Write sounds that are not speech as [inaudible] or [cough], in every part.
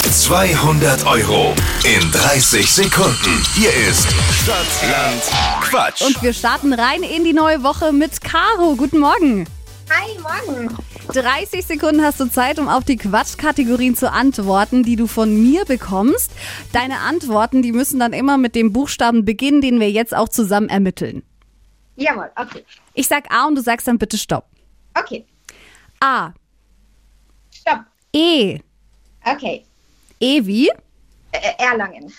200 Euro in 30 Sekunden. Hier ist Stadtland Quatsch. Und wir starten rein in die neue Woche mit Caro. Guten Morgen. Hi, morgen. 30 Sekunden hast du Zeit, um auf die Quatschkategorien zu antworten, die du von mir bekommst. Deine Antworten, die müssen dann immer mit dem Buchstaben beginnen, den wir jetzt auch zusammen ermitteln. Jawohl, okay. Ich sag A und du sagst dann bitte Stopp. Okay, A, stopp. E, Okay, E wie? Ä- Erlangen. [laughs]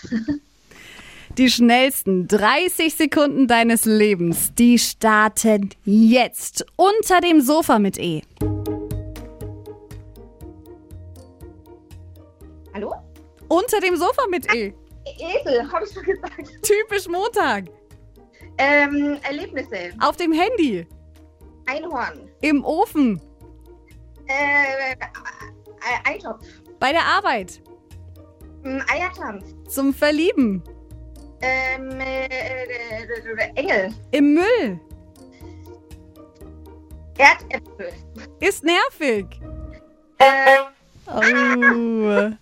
Die schnellsten 30 Sekunden deines Lebens, die starten jetzt unter dem Sofa mit E. Hallo? Unter dem Sofa mit E. E- Esel, habe ich schon gesagt. Typisch Montag. Ähm, Erlebnisse. Auf dem Handy. Einhorn. Im Ofen. Äh, äh, Eintopf. Bei der Arbeit. Ähm, Eiertanz. Zum Verlieben. Ähm, äh, äh, äh, Engel. Im Müll. Erdäpfel. Ist nervig. Ähm, Oh.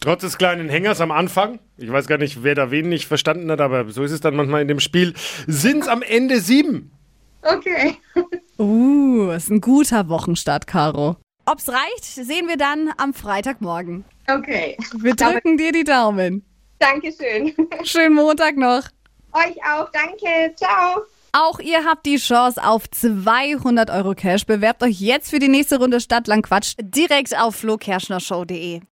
Trotz des kleinen Hängers am Anfang, ich weiß gar nicht, wer da wen nicht verstanden hat, aber so ist es dann manchmal in dem Spiel, sind es am Ende sieben. okay. [laughs] [laughs] Uh, ist ein guter Wochenstart, Caro. Ob's reicht, sehen wir dann am Freitagmorgen. Okay. Wir drücken dir die Daumen. Dankeschön. [laughs] Schönen Montag noch. Euch auch. Danke. Ciao. Auch ihr habt die Chance auf 200 Euro Cash. Bewerbt euch jetzt für die nächste Runde Stadtlang Quatsch direkt auf flokerschnershow.de.